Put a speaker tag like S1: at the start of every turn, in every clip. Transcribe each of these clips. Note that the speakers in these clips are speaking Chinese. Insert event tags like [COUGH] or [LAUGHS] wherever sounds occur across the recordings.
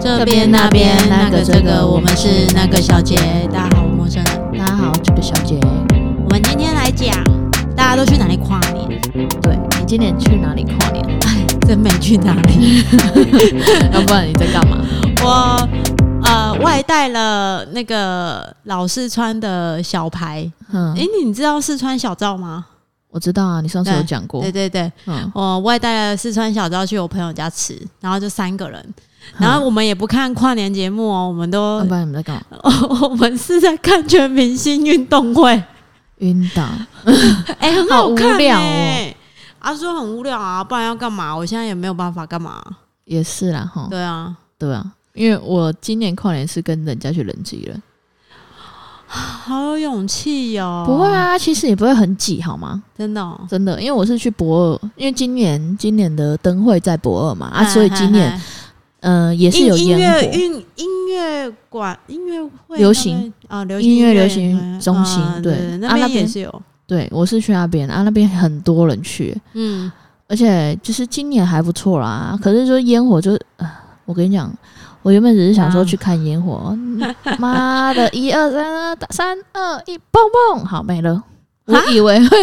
S1: 这边那边那个这个，我们是那个小姐。大家好，我陌生人。
S2: 大家好，这个小姐，
S1: 我们今天来讲，大家都去哪里跨
S2: [LAUGHS]
S1: 年？
S2: 对你今年去哪里跨年？
S1: [LAUGHS] 哎，真没去哪里。
S2: 要不然你在干嘛？
S1: 我呃外带了那个老四川的小牌。
S2: 嗯
S1: 哎、，你知道四川小灶吗？
S2: 我知道啊，你上次有讲过
S1: 对。对对，
S2: 嗯，
S1: 我外带了四川小灶去我朋友家吃，然后就三个人，
S2: 嗯
S1: 然后我们也不看跨年节目哦，我哦们都
S2: 要不然你们在干嘛？
S1: [LAUGHS] 我们是在看全明星运动会，
S2: 晕倒。
S1: 哎、很
S2: 好
S1: 好看、欸、
S2: 无聊哦
S1: 啊，说很无聊啊，不然要干嘛？我现在也没有办法干嘛。
S2: 也是啦，哈。
S1: 对啊，
S2: 对啊，因为我今年跨年是跟人家去人挤人。
S1: 好有勇气哦！
S2: 不会，啊，其实也不会很挤，好吗？
S1: 真的、哦。
S2: 真的，因为我是去博尔，因为今年今年的灯会在博尔嘛，啊，所以今年
S1: 嗨
S2: 嗯也是
S1: 音
S2: 有
S1: 音
S2: 烟
S1: 乐
S2: 火。
S1: 音音乐馆音乐会
S2: 流行
S1: 啊，流行
S2: 音乐流
S1: 音乐
S2: 行中心
S1: 啊
S2: 对
S1: 对，
S2: 啊
S1: 那
S2: 那
S1: 边也
S2: 边
S1: 是有，
S2: 对，我是去那边啊，那边很多人去，
S1: 嗯，
S2: 而且就是今年还不错啦，可是说烟火就是，呃我跟你讲，我原本只是想说
S1: 哇
S2: 去看烟火，
S1: [LAUGHS]
S2: 嗯妈的，一二三，三二一，蹦蹦，好没
S1: 啊
S2: 了。我以为会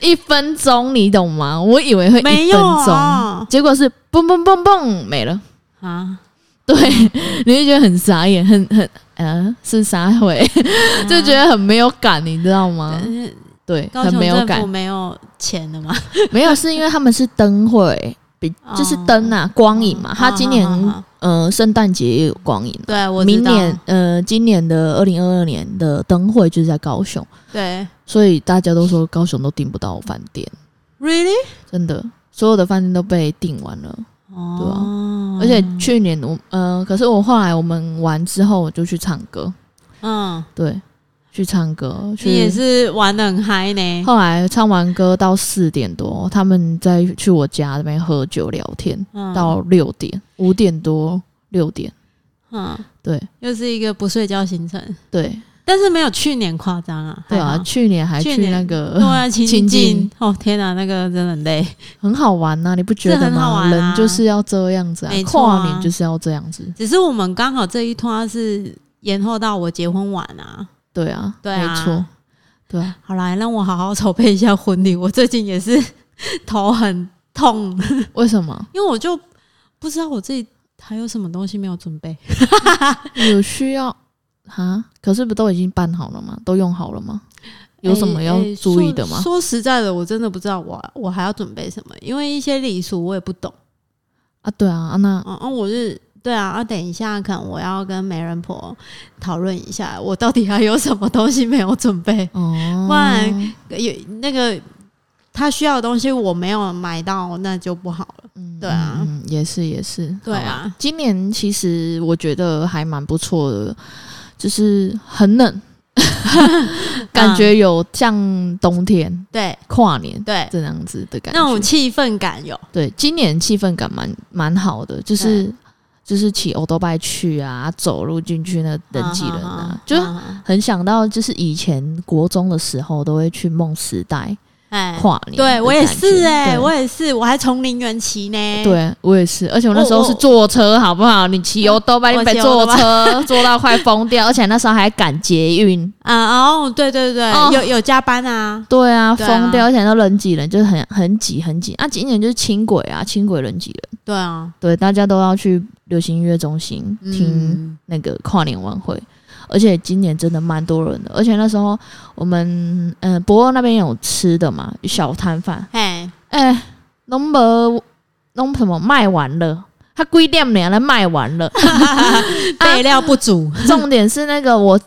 S2: 一分钟，你懂吗？我以为会
S1: 没
S2: 一
S1: 有
S2: 分钟，
S1: 啊
S2: 结果是蹦蹦蹦蹦没了。
S1: 啊，
S2: 对，你就觉得很傻眼，很很呃是啥会， [LAUGHS]
S1: 啊
S2: 就觉得很没有感，你知道吗？对，
S1: 呃高
S2: 很
S1: 雄
S2: 没有
S1: 政
S2: 感
S1: 府。没有钱的吗？
S2: 没有，是因为他们是灯会，比
S1: 哦
S2: [LAUGHS] 就是灯啊，光影嘛。
S1: 嗯
S2: 他今年
S1: 好好好好
S2: 呃，圣诞节也有光影，
S1: 对，我知
S2: 明
S1: 道
S2: 年呃，今年的二零二二年的灯会就是在高雄，
S1: 对
S2: 所以大家都说高雄都订不到饭店，
S1: ，really
S2: 真的，所有的饭店都被订完了。
S1: 哦
S2: 而且去年我呃，可是我后来我们完之后我就去唱歌，
S1: 嗯，
S2: 对，去唱歌，去
S1: 你也是
S2: 嗯
S1: 玩的很嗨呢。
S2: 后来唱完歌到四点多，他们再去我家那边喝酒聊天，
S1: 嗯
S2: 到六点、五点多、六点，
S1: 嗯，
S2: 对
S1: 又是一个不睡觉行程，
S2: 对
S1: 但是没有去年夸张啊。
S2: 对
S1: 还
S2: 啊，
S1: 好
S2: 去年还
S1: 去
S2: 去
S1: 年
S2: 那
S1: 对
S2: 个
S1: 啊，情
S2: 情境
S1: 哦，天哪、那个真的很累。
S2: [LAUGHS] 很好玩啊呐、你不觉得
S1: 是很好
S2: 吗？
S1: 玩啊
S2: 人就是要这样子啊
S1: 没，错啊
S2: 跨年就是要这样子，
S1: 只是我们刚好这一拖是延后到我结婚晚啊。
S2: 对啊，
S1: 对啊
S2: 没错，对啊，
S1: 好啦，让我好好筹备一下婚礼。我最近也是 [LAUGHS] 头很痛，
S2: 为
S1: [LAUGHS]
S2: 什么
S1: 因为我就不知道我自己还有什么东西没有准备。
S2: 有需要啊？可是不都已经办好了吗？都用好了吗？有什么
S1: 诶
S2: 要
S1: 诶
S2: 注意的吗？
S1: 说说实在的，我真的不知道我我还要准备什么，因为一些礼俗我也不懂。
S2: 啊，对啊，啊那
S1: 嗯，嗯，我是对啊，啊，等一下，可能我要跟媒人婆讨论一下，我到底还有什么东西没有准备，
S2: 哦，
S1: [LAUGHS] 不然有那个他需要的东西我没有买到，那就不好了。
S2: 嗯
S1: 对啊
S2: 嗯，也是也是，
S1: 对啊
S2: 好吧。今年其实我觉得还蛮不错的，就是
S1: [LAUGHS]
S2: 很冷， [LAUGHS]
S1: 嗯
S2: 感觉有像冬天
S1: 对
S2: 跨年
S1: 对，
S2: 这样子的感
S1: 那种
S2: 觉。
S1: 气氛感有，
S2: 对，今年气氛感蛮蛮好的，就是就是骑欧多拜去啊，走路进去那个人
S1: 嗯
S2: 挤人啊，就很想到就是以前国中的时候都会去梦时代
S1: 哎，
S2: 跨年的感觉，
S1: 对我也是哎，
S2: 对
S1: 我也是，我还从零元起呢。
S2: 对我也是，而且我那时候
S1: 我
S2: 是坐车，好不好？你骑油豆瓣，
S1: 我
S2: 你被
S1: 骑
S2: 坐
S1: 油豆
S2: 车坐到快疯掉，而且那时候还赶捷运。
S1: 啊，哦，对对对
S2: 哦，
S1: 有有加班啊，
S2: 对啊，
S1: 对
S2: 疯
S1: 啊
S2: 掉，而且都人挤人，就是很很挤很挤。啊，今年就是轻轨啊，轻轨人挤人，
S1: 对啊，
S2: 对，大家都要去流行音乐中心听
S1: 嗯，
S2: 那个跨年晚会，而且今年真的蛮多人的。而且那时候我们嗯、呃博尔那边有吃的嘛，小摊贩，
S1: 哎，
S2: 哎、拢无拢什么卖完了，他几点了？来卖完
S1: [LAUGHS]
S2: 了。
S1: 备料不足，
S2: 重点是那个我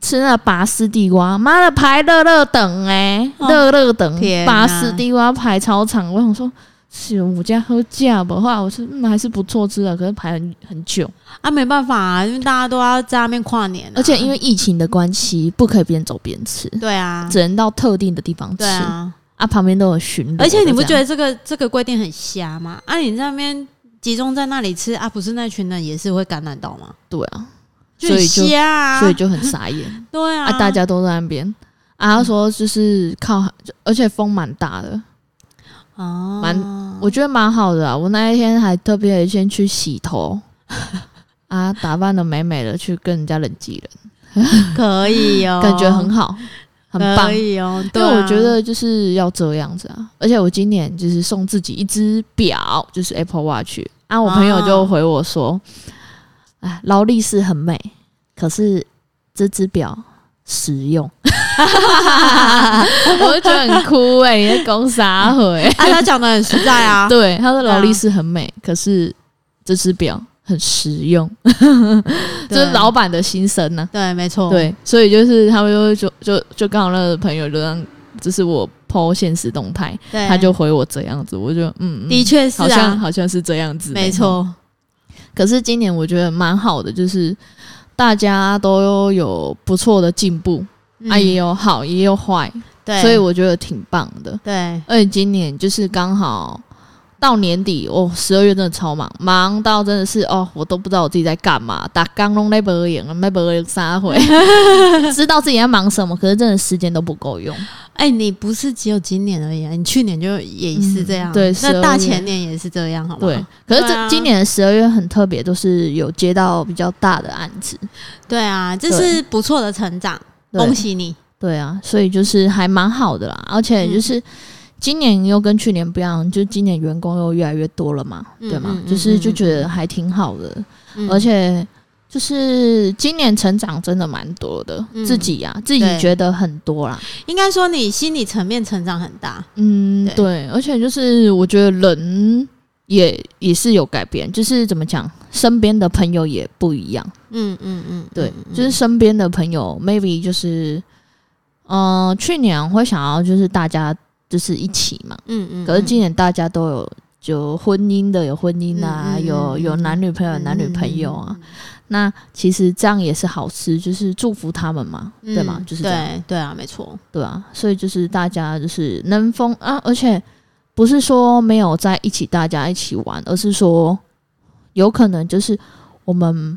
S2: 吃那拔丝地瓜，妈的排热热等哎、
S1: 哦
S2: 热热等
S1: 天哪
S2: 拔丝地瓜排超长。我想说，是我家喝价吧？后来我是嗯还是不错吃的，可是排很很久，
S1: 啊，没办法啊，因为大家都要在那边跨年、啊，
S2: 而且因为疫情的关系，不可以边走边吃，
S1: 对啊，
S2: 只能到特定的地方吃
S1: 对
S2: 啊
S1: 啊，
S2: 旁边都有巡逻的这
S1: 而
S2: 样，
S1: 且你不觉得这个这个规定很瞎吗？啊，你在那边集中在那里吃啊，不是那群人也是会感染到吗？
S2: 对啊？
S1: 就
S2: 所
S1: 很
S2: 以就
S1: 瞎啊，
S2: 所以就很傻眼。
S1: [LAUGHS] 对啊，
S2: 啊，大家都在那边。啊，他
S1: 嗯
S2: 说就是靠，就而且风蛮大的，
S1: 哦，
S2: 蛮我觉得蛮好的啊。我那一天还特别先去洗头， [LAUGHS] 啊，打扮的美美的去跟人家人挤人，
S1: 可以哦，
S2: 嗯感觉很好，很棒
S1: 可。以哦。
S2: 因
S1: 对
S2: 为
S1: 啊
S2: 我觉得就是要这样子啊，而且我今年就是送自己一只表，就是 Apple Watch 啊，我朋友就
S1: 哦
S2: 回我说，哎、劳力士很美，可是这只表实用， [LAUGHS] 我就觉得很酷哎、你在讲啥回？
S1: 啊，他讲的很实在啊，
S2: [LAUGHS] 对，他说劳力士很美，可是这只表很实用，这是老板的心声呢、
S1: 对，没错，
S2: 对，所以就是他们就会就就就刚好那个朋友就让，就是我 PO 现实动态，
S1: 对，
S2: 他就回我这样子，我就嗯，嗯
S1: 的确是
S2: 好像
S1: 啊，
S2: 好哎像是这样子，嗯
S1: 没。错，
S2: 可是今年我觉得蛮好的，就是大家都有不错的进步，啊，
S1: 嗯
S2: 也有好也有坏，
S1: 对，
S2: 所以我觉得挺棒的。
S1: 对
S2: 而且今年就是刚好到年底，哦，十二月真的超忙，忙到真的是哦，我都不知道我自己在干嘛，打刚弄那波演，那波演啥 [LAUGHS] 回，知道自己在忙什么，可是真的时间都不够用。
S1: 哎、你不是只有今年而已、啊，你去年就也是这样，
S2: 嗯对12
S1: 那
S2: 月
S1: 大前年也是这样，好不好？
S2: 对，可是
S1: 对
S2: 这
S1: 啊
S2: 今年的十二月很特别，都是有接到比较大的案子，
S1: 对啊，这是不错的成长，
S2: 对
S1: 恭喜你。
S2: 对啊，所以就是还蛮好的啦，而且
S1: 嗯
S2: 就是。今年又跟去年不一样，就今年员工又越来越多了嘛，
S1: 嗯
S2: 对吗
S1: 嗯？嗯
S2: 就是就
S1: 嗯
S2: 觉得还挺好的，
S1: 嗯
S2: 而且就是今年成长真的蛮多的，
S1: 嗯
S2: 自己呀、自己觉得很多啦。
S1: 应该说你心理层面成长很大，
S2: 嗯
S1: 对，
S2: 对，而且就是我觉得人也也是有改变，就是怎么讲，身边的朋友也不一样。
S1: 嗯嗯嗯，
S2: 对，
S1: 嗯
S2: 就是身边的朋友，maybe 就是，嗯、去年会想要就是大家就是一起嘛，
S1: 嗯嗯，
S2: 可是今年大家都有。有婚姻的有婚姻啊，
S1: 嗯嗯嗯
S2: 有有
S1: 嗯
S2: 男女朋友有男女朋友啊，，那其实这样也是好事，就是祝福他们嘛，
S1: 嗯
S2: 对吗？就是这样，
S1: 对对啊，没错，
S2: 对啊。所以就是大家就是能疯啊，而且不是说没有在一起，大家一起玩，而是说有可能就是我们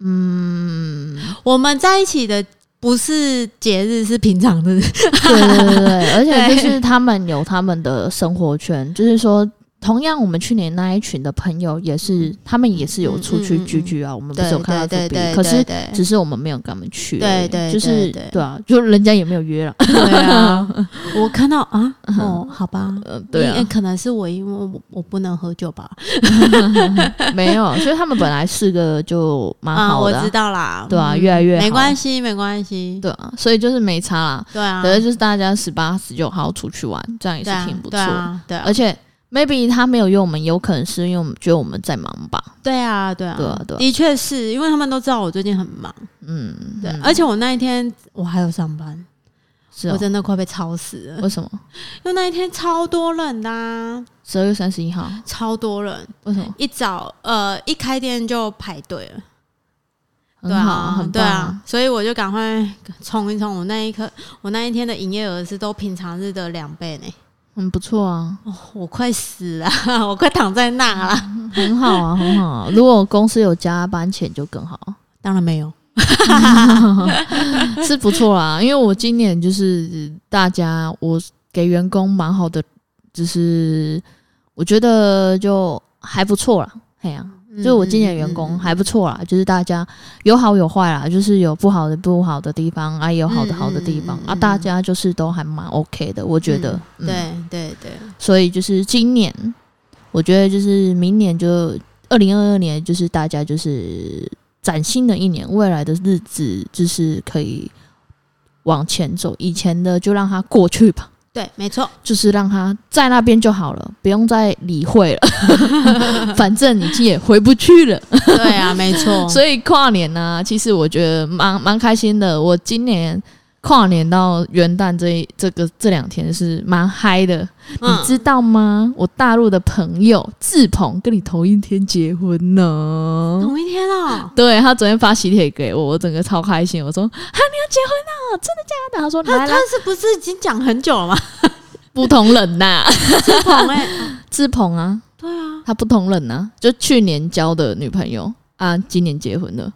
S2: 嗯，
S1: 我们在一起的不是节日，是平常日，
S2: 对对对
S1: [LAUGHS]
S2: 对，而且就是他们有他们的生活圈，就是说。同样，我们去年那一群的朋友也是，他们也是有出去
S1: 嗯嗯嗯嗯嗯
S2: 聚聚啊。我们 [LAUGHS] 不
S1: 对
S2: 是有看到
S1: 对对
S2: FB，
S1: 对，
S2: 可是
S1: 对
S2: 只是我们没有跟他们去而
S1: 对
S2: 已。
S1: 对
S2: 就是
S1: 对对
S2: 对啊，就人家也没有约了。
S1: 对
S2: [LAUGHS]
S1: 啊，我看到啊，哦，好吧，
S2: 呃，嗯对
S1: 因为
S2: 啊，
S1: 可能是我因为我我不能喝酒吧，
S2: 没有，所以他们本来四个就蛮
S1: 啊，
S2: 好
S1: 我
S2: 的啊、
S1: 知道啦，
S2: 对啊
S1: 嗯
S2: 越来越好
S1: 没关系，没关系，
S2: 对啊，所以就是没差啦。
S1: 对啊，
S2: 可是就是大家十八、十九号出去玩，这样也是
S1: 对啊
S2: 挺不错
S1: 对
S2: 的。
S1: 啊，对啊
S2: 而，且 maybe 他没有约我们，有可能是因为我们觉得我们在忙吧。
S1: 对啊，对啊，
S2: 对啊对啊
S1: 的确是因为他们都知道我最近很忙，
S2: 嗯，
S1: 对，
S2: 嗯
S1: 而且我那一天我还有上班，
S2: 是
S1: 我
S2: 哦。
S1: 真的快被超死了，
S2: 为什么
S1: 因为那一天超多人的啊，
S2: 十二月三十一号？
S1: 超多人，
S2: 为什么？
S1: 一早呃一开店就排队了。
S2: 很
S1: 对
S2: 嗯好，
S1: 啊，
S2: 很
S1: 对
S2: 棒、
S1: 啊，所以我就赶快冲一冲。我那一刻，我那一天的营业额是都平常日的两倍呢。
S2: 很不错啊，
S1: 哦，我快死了， [LAUGHS] 我快躺在那了。
S2: 很好啊，很好啊。如果公司有加班钱就更好。
S1: 当然没有，
S2: 是不错啦，因为我今年就是大家我给员工蛮好的，就是我觉得就还不错啦。哎呀、就是我
S1: 嗯
S2: 今年员工还不错啦，就是大家有好有坏啦，就是有不好的不好的地方啊，也有好的好的地方、
S1: 嗯嗯嗯
S2: 啊，
S1: 嗯
S2: 大家就是都还蛮 OK 的，我觉得。嗯，
S1: 对对对，
S2: 所以就是今年，我觉得就是明年就二零二二年，就是大家就是崭新的一年，未来的日子就是可以往前走，以前的就让它过去吧。
S1: 对，没
S2: [LAUGHS]
S1: 错，
S2: 就是让它在那边就好了，不用再理会了。 [LAUGHS] 反正已经也回不去了，
S1: 对啊，没错。
S2: 所以跨年呢、其实我觉得蛮蛮开心的。我今年跨年到元旦这一这个这两天是蛮嗨的，
S1: 嗯
S2: 你知道吗？我大陆的朋友志鹏跟你同一天结婚呢。
S1: 同一天哦，
S2: 对他昨天发喜帖给我，我整个超开心。我说：“啊，你要结婚了、真的假的？”他说：“
S1: 他
S2: 来来
S1: 他，是不是已经讲很久了吗？
S2: 不同人呐、
S1: 志鹏 [LAUGHS] 哎，哦
S2: 志鹏啊，
S1: 对啊，
S2: 他不同人呐、就去年交的女朋友啊，今年结婚了，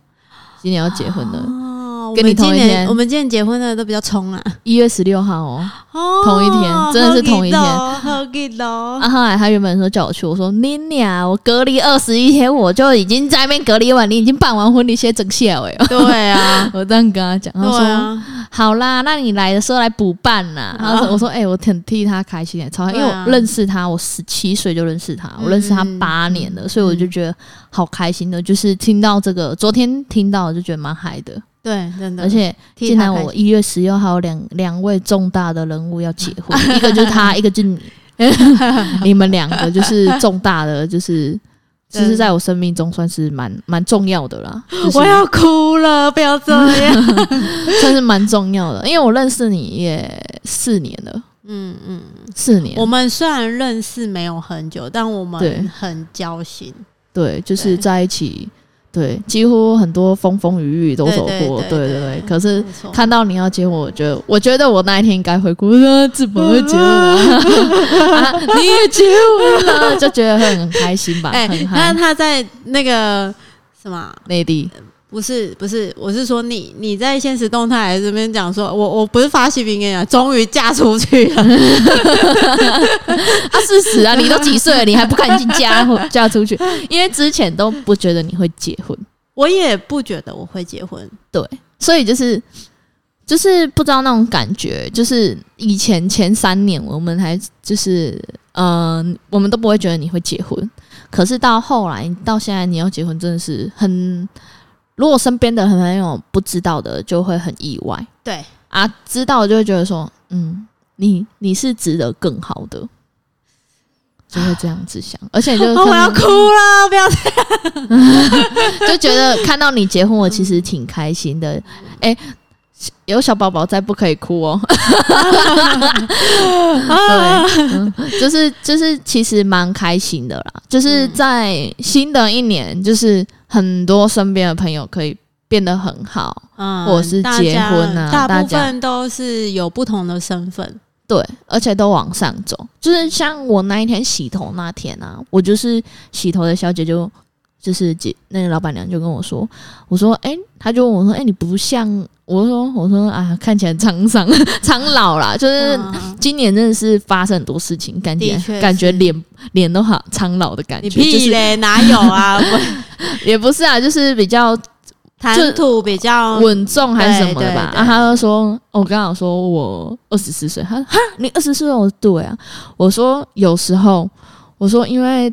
S2: 今年要结婚了。
S1: 哦，我
S2: 跟你
S1: 们
S2: 同
S1: 今
S2: 一
S1: 年
S2: 天
S1: 我们今年结婚的都比较冲啊，
S2: 一月十六号哦，
S1: 哦
S2: [LAUGHS] 同一天真的是同一天
S1: 好给喽
S2: 啊，，后来他原本说叫我去，我说你俩，我隔离二十一天，我就已经在那边隔离完，你已经办完婚礼，先整下尾哦。
S1: 对啊，
S2: [LAUGHS] 我这样跟他讲，他
S1: 对
S2: 说、
S1: 啊，
S2: 好啦，那你来的时候来补办啦。然后我说，哎、我挺替他开心的，欸超开心，因
S1: 对
S2: 为
S1: 啊
S2: 我认识他，我十七岁就认识他，我认识他
S1: 嗯
S2: 八年了，所以我就
S1: 嗯
S2: 觉得好开心的，就是听到这个，昨天听到就觉得蛮嗨的，
S1: 对，真的，
S2: 而且
S1: 替
S2: 呃竟
S1: 他
S2: 然
S1: 开
S2: 我
S1: 心
S2: 一月十六号有两两位重大的人物要结婚，
S1: [LAUGHS]
S2: 一个就是他，一个就是你，你们两个就是重大的，就是就是在我生命中算是蛮蛮重要的啦，就是
S1: 我要哭了，不要这样，
S2: 算是蛮重要的，因为我认识你也四年了，
S1: 嗯嗯，
S2: 四年
S1: [LAUGHS] 我，们虽然认识没有很久，但我
S2: 对
S1: 们很交心，
S2: 对，就
S1: 对
S2: 是在一起，对，几乎很多风风雨雨都
S1: 对
S2: 走
S1: 对
S2: 过，
S1: 对
S2: 对
S1: 对
S2: 对对，可是
S1: 没错，
S2: 呃看到你要结婚，我觉得，我觉得我那一天应该回顾，啊、怎么会结婚啊？ [LAUGHS] 啊你也结婚了，就觉得会很开心 [LAUGHS] 吧，
S1: 哎、
S2: 很
S1: 那
S2: 嗨。
S1: 他在那个什么啊？
S2: 内地
S1: 不是不是，我是说你你在现实动态这边讲说，我我不是发喜饼给你啊，终于嫁出去了， [LAUGHS]
S2: 啊，事实啊，你都几岁了，你还不赶紧嫁婚 [LAUGHS] 嫁出去？因为之前都不觉得你会结婚，
S1: 我也不觉得我会结婚，
S2: 所以就是就是不知道那种感觉，就是以前前三年我们还就是嗯、呃我们都不会觉得你会结婚，可是到后来到现在你要结婚，真的是很，如果身边的朋友不知道的，就会很意外
S1: 对，
S2: 啊；知道就会觉得说，嗯，你你是值得更好的。就会这样子想，而且就
S1: 啊
S2: 是
S1: [LAUGHS] 我要
S2: 看到
S1: 哭了，不要这样
S2: 就觉得看到你结婚，我其实挺开心的。哎、有小宝宝在，不可以哭哦。 [LAUGHS]
S1: 啊，
S2: 对，嗯就是就是，其实蛮开心的啦。就是在新的一年，就是很多身边的朋友可以变得很好。
S1: 嗯
S2: 我是结婚啊
S1: 大家
S2: 大
S1: 大部
S2: 家
S1: 分都是有不同的身份，
S2: 对，而且都往上走，就是像我那一天洗头那天啊，我就是洗头的小姐就就是姐那个老板娘就跟我说，我说哎、诶她就问我说哎、诶你不像，我说我说啊看起来沧桑 [LAUGHS] 苍老啦，就是
S1: 嗯
S2: 今年真的是发生很多事情，感觉
S1: 的确是
S2: 感觉脸脸都好苍老的感
S1: 你
S2: 觉，就
S1: 屁
S2: 是
S1: 嘞，哪有
S2: [LAUGHS]
S1: 啊？我
S2: 也不是啊，就是比较就
S1: 谈吐比较
S2: 稳重还是什么的
S1: 嗯对对
S2: 吧。
S1: 对
S2: 然后他就说，哦我刚好说我二十四岁，他说哈，你二十四岁，我说对啊。我说有时候，我说因为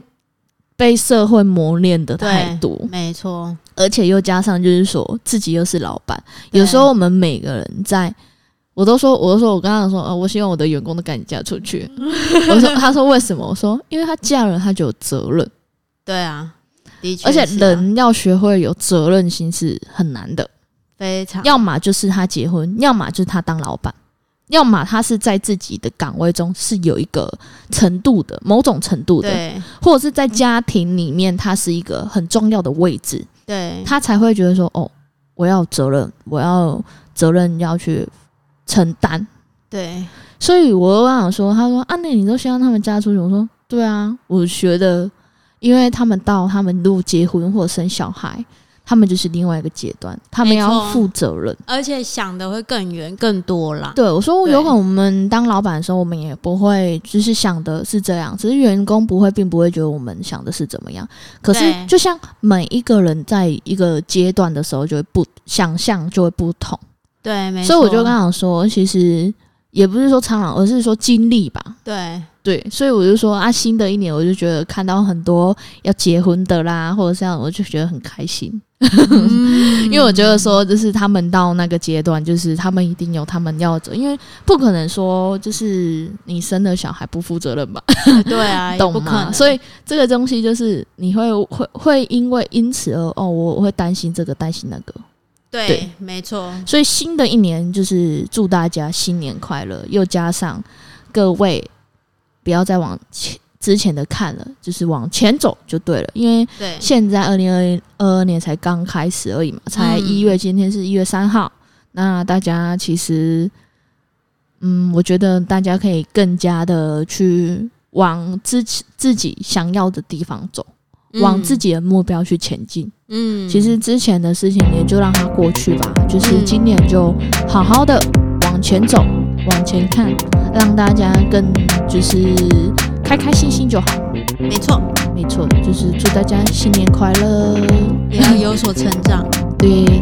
S2: 被社会磨练的太
S1: 对
S2: 多，
S1: 没错，
S2: 而且又加上就是说自己又是老板，
S1: 对
S2: 有时候我们每个人在。我都说，我都说，我刚刚说，呃，我希望我的员工都赶紧嫁
S1: [LAUGHS]
S2: 出去。我说，他说为什么？我说，因为他嫁了，他就有责任，
S1: 对啊，的确
S2: 而
S1: 是啊，
S2: 且人要学会有责任心是很难的。
S1: 非常
S2: 要么就是他结婚，要么就是他当老板，要么他是在自己的岗位中是有一个程度的某种程度的，
S1: 对
S2: 或者是在家庭里面他是一个很重要的位置，
S1: 对，
S2: 他才会觉得说哦，我要有责任，我要责任要去承担。
S1: 对
S2: 所以我又想说，他说啊，那你都希望他们嫁出去？我说对啊，我觉得，因为他们到他们如果结婚或者生小孩，他们就是另外一个阶段，他们
S1: 没错
S2: 要负责任。
S1: 而且想的会更远更多啦。
S2: 对，我说
S1: 对
S2: 有可能我们当老板的时候，我们也不会就是想的是这样，只是员工不会，并不会觉得我们想的是怎么样。可是
S1: 对
S2: 就像每一个人在一个阶段的时候，就会不想象就会不同，
S1: 对，没错。
S2: 所以我就刚想说，其实也不是说苍老，而是说经历吧。 [LAUGHS]
S1: 对
S2: 对，所以我就说啊，新的一年我就觉得看到很多要结婚的啦，或者这样，我就觉得很开心。
S1: 嗯
S2: 因为我觉得说，就是他们到那个阶段，就是他们一定有他们要走，因为不可能说就是你生了小孩不负责任吧， [LAUGHS]
S1: 对啊，也不
S2: 懂
S1: 可
S2: 吗？
S1: 能。
S2: 所以这个东西就是你会会会因为因此而哦，我我会担心这个担心那个，
S1: 对
S2: 对，
S1: 没错，
S2: 所以新的一年就是祝大家新年快乐，又加上各位不要再往前之前的看了，就是往前走就对了，因为
S1: 对
S2: 现在二零二二二年才刚开始而已嘛，才
S1: 嗯
S2: 一月，今天是一月三号。那大家其实，嗯，我觉得大家可以更加的去往自己自己想要的地方走，往自己的目标去前进。
S1: 嗯，
S2: 其实之前的事情也就让它过去吧，就是
S1: 嗯
S2: 今年就好好的往前走，往前看，让大家更就是开开心心就好。
S1: 没错，
S2: 没错，就是祝大家新年快乐，
S1: 也要有所成长。
S2: 对，